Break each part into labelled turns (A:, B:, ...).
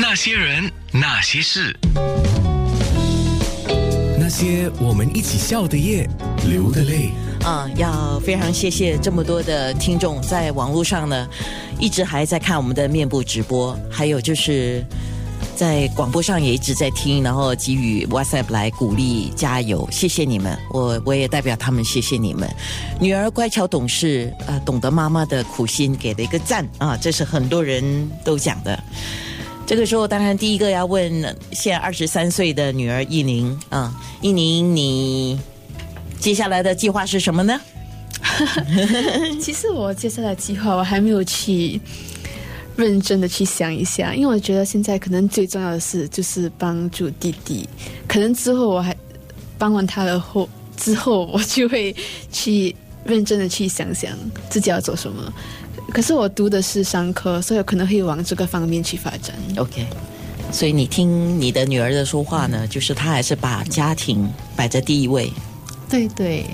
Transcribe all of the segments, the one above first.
A: 那些人，那些事，
B: 那些我们一起笑的夜，流的泪。
C: 啊、要非常谢谢这么多的听众在网络上呢，一直还在看我们的面部直播，还有就是在广播上也一直在听，然后给予 WhatsApp 来鼓励加油，谢谢你们，我我也代表他们谢谢你们。女儿乖巧懂事，啊，懂得妈妈的苦心，给了一个赞啊，这是很多人都讲的。这个时候，当然第一个要问现在二十三岁的女儿艺宁啊，艺宁，你接下来的计划是什么呢？
D: 其实我接下来计划我还没有去认真的去想一下，因为我觉得现在可能最重要的是就是帮助弟弟，可能之后我还帮完他了后之后，我就会去认真的去想想自己要做什么。可是我读的是商科，所以我可能会往这个方面去发展。
C: OK，所以你听你的女儿的说话呢，就是她还是把家庭摆在第一位。
E: 对对，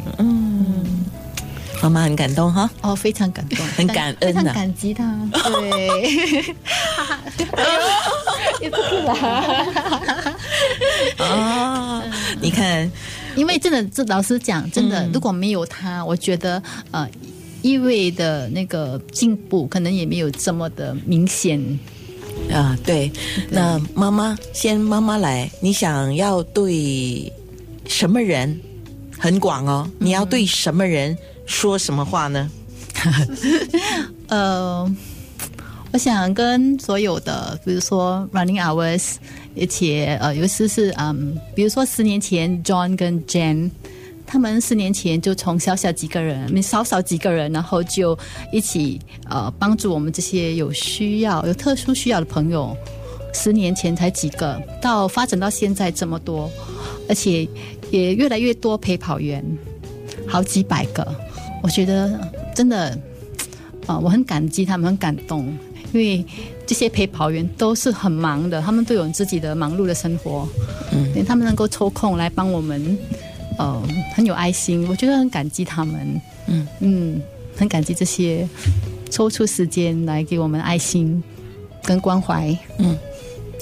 C: 妈妈很感动哈，
E: 哦，非常感动，
C: 很感恩啊
E: 非常
C: 呐
E: 感激他。对，也不是啦，
C: 啊、你看，
E: 因为真的，这老实讲，
C: 嗯
E: 真的，如果没有他，我觉得呃，意味的那个进步可能也没有这么的明显。
C: 啊，对，那妈妈先妈妈来，你想要对什么人？很广哦，你要对什么人说什么话呢？
E: 呃，我想跟所有的，比如说 Running Hours，而且呃，尤其是嗯，比如说十年前 John 跟 Jan。他们四年前就从小小几个人，少少几个人，然后就一起呃帮助我们这些有需要、有特殊需要的朋友。十年前才几个，到发展到现在这么多，而且也越来越多陪跑员，好几百个。我觉得真的啊，我很感激他们，很感动，因为这些陪跑员都是很忙的，他们都有自己的忙碌的生活，嗯，他们能够抽空来帮我们，呃，很有爱心，我觉得很感激他们，
C: 嗯
E: 嗯，很感激这些抽出时间来给我们爱心跟关怀。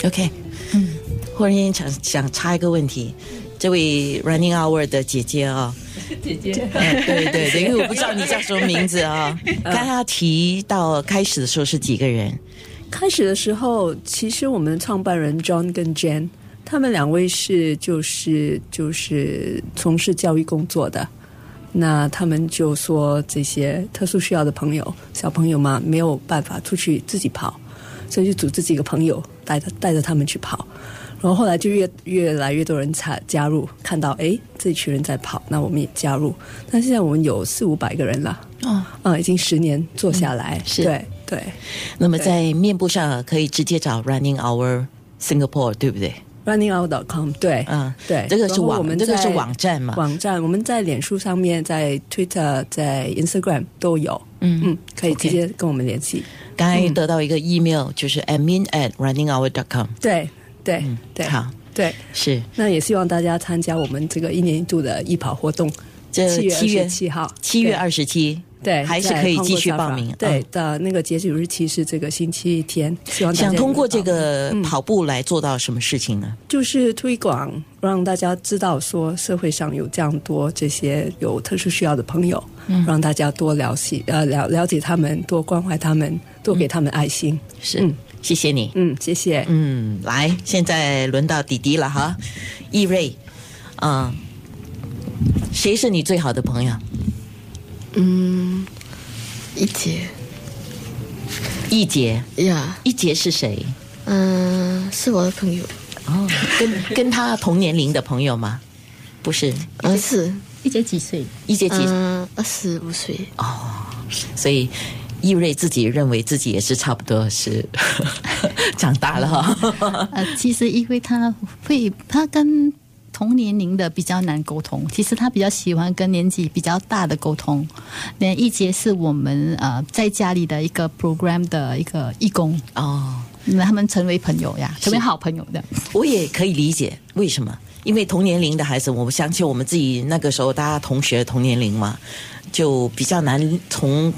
C: OK，嗯，忽然间想想插一个问题，这位 Running Hour 的姐姐 啊、姐姐，哎对对对，因为我不知道你叫什么名字 啊、
F: 嗯
C: 刚刚提到开始的时候是几个人？
F: 开始的时候，其实我们的创办人 John 跟 Jan，他们两位是就是就是从事教育工作的。那他们就说这些特殊需要的朋友、小朋友嘛，没有办法出去自己跑，所以就组织几个朋友带着带着他们去跑。然后后来就越越来越多人参加入，看到诶这群人在跑，那我们也加入。但现在我们有四五百个人了，
C: 哦，嗯
F: 啊，已经十年做下来，
C: 是
F: 对对。
C: 那么在面部上啊可以直接找 Running Hour Singapore，对不对？
F: runningout.com 对，
C: 嗯
F: 对，
C: 这个是
F: 然后
C: 网
F: 我们
C: 这个
F: 在
C: 是网站嘛
F: 网站我们在脸书上面，在 Twitter，在 Instagram 都有，嗯嗯，可以
C: OK
F: 直接跟我们联系，
C: 刚才得到一个 email，、就是 admin at runninghour.com。
F: 对对对，
C: 嗯好，
F: 对，
C: 是
F: 那也希望大家参加我们这个一年一度的艺跑活动，
C: 这
F: 7
C: 7
F: 月
C: 月
F: 二十七号，
C: 七月
F: 对
C: 二十七，
F: 对，
C: 还是
F: 在
C: 可以
F: Punggol
C: 继续
F: Safra
C: 报名。
F: 对
C: 嗯
F: 的，那个截止日期是这个星期天，希望大家
C: 想通过
F: 能够
C: 这
F: 报名
C: 个跑步来做到什么事情呢？
F: 就是推广，让大家知道说社会上有这样多这些有特殊需要的朋友，让大家多了解呃了了解他们，多关怀他们，多给他们爱心。
C: 是，
F: 嗯
C: 谢谢你。
F: 嗯，谢谢。
C: 嗯，来，现在轮到弟弟了哈，易瑞，嗯，谁是你最好的朋友？
D: 嗯一姐
C: 易杰，
D: 呀，
C: 易杰是谁？
D: 嗯、是我的朋友，
C: 哦，跟 跟他同年龄的朋友吗？不是，
D: 嗯，是，
E: 一姐几岁？
C: 易杰几岁？
D: 嗯，二十五岁，
C: 哦所以易瑞自己认为自己也是差不多是 长大了
D: 嗯
C: 哈。
E: 呃，其实因为他会，他跟同年龄的比较难沟通，其实他比较喜欢跟年纪比较大的沟通。那一杰是我们呃在家里的一个 program 的一个义工，
C: 哦，
E: 那他们成为朋友呀，成为好朋友的。
C: 我也可以理解为什么，因为同年龄的孩子，我们想起我们自己那个时候，大家同学同年龄嘛，就比较难从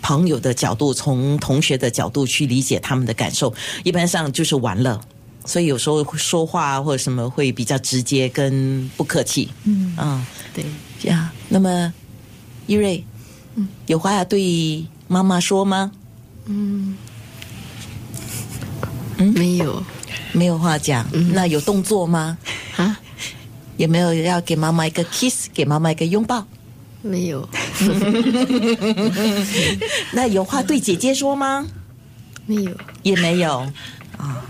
C: 朋友的角度，从同学的角度去理解他们的感受，一般上就是玩了。所以有时候说话或者什么会比较直接跟不客气，嗯啊，
E: 对，
C: 这样。那么，一瑞，有话要对妈妈说吗？
D: 没有
C: 没有话讲，那有动作吗？
D: 啊，
C: 有没有要给妈妈一个 kiss，给妈妈一个拥抱？
D: 没有，
C: 那有话对姐姐说吗？
D: 没有，
C: 也没有啊。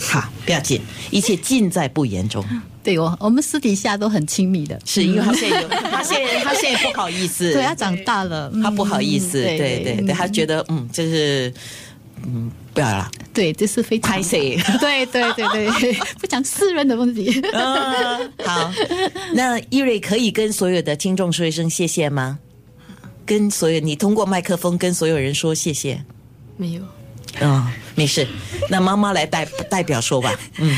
C: 好，不要紧，一切尽在不言中。
E: 对我我们私底下都很亲密的，嗯
C: 是因为他现在有，他现在他现在不好意思，
E: 对他长大了，嗯
C: 他不好意思，
E: 对
C: 对对对，他觉得嗯，就是嗯，不要了，
E: 对，这是非常
C: 拍谁？
E: 对对对对，不讲私人的问题。
C: 嗯，好，那伊瑞可以跟所有的听众说一声谢谢吗？跟所有你通过麦克风跟所有人说谢谢。
D: 没有。
C: 嗯，没事，那妈妈来代代表说吧。嗯，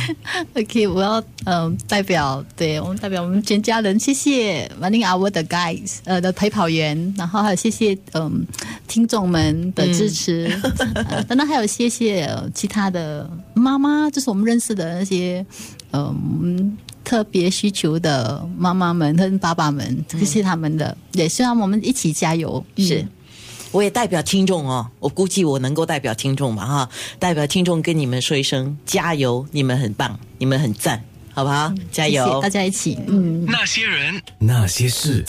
E: OK，我要嗯、代表对我们代表我们全家人，谢谢 Running Hour 的 guys 呃的陪跑员，然后还有谢谢嗯、听众们
C: 嗯
E: 的支持，呃当然、还有谢谢、呃其他的妈妈，就是我们认识的那些嗯、特别需求的妈妈们跟爸爸们，谢谢他们的，也希望我们一起加油。
C: 嗯
E: 嗯
C: 是， 我也代表听众哦，我估计我能够代表听众吧哈，代表听众跟你们说一声加油，你们很棒，你们很赞，好不好？加
E: 谢
C: 油，
E: 谢大家一起，嗯。
A: 那些人。
B: 那些事。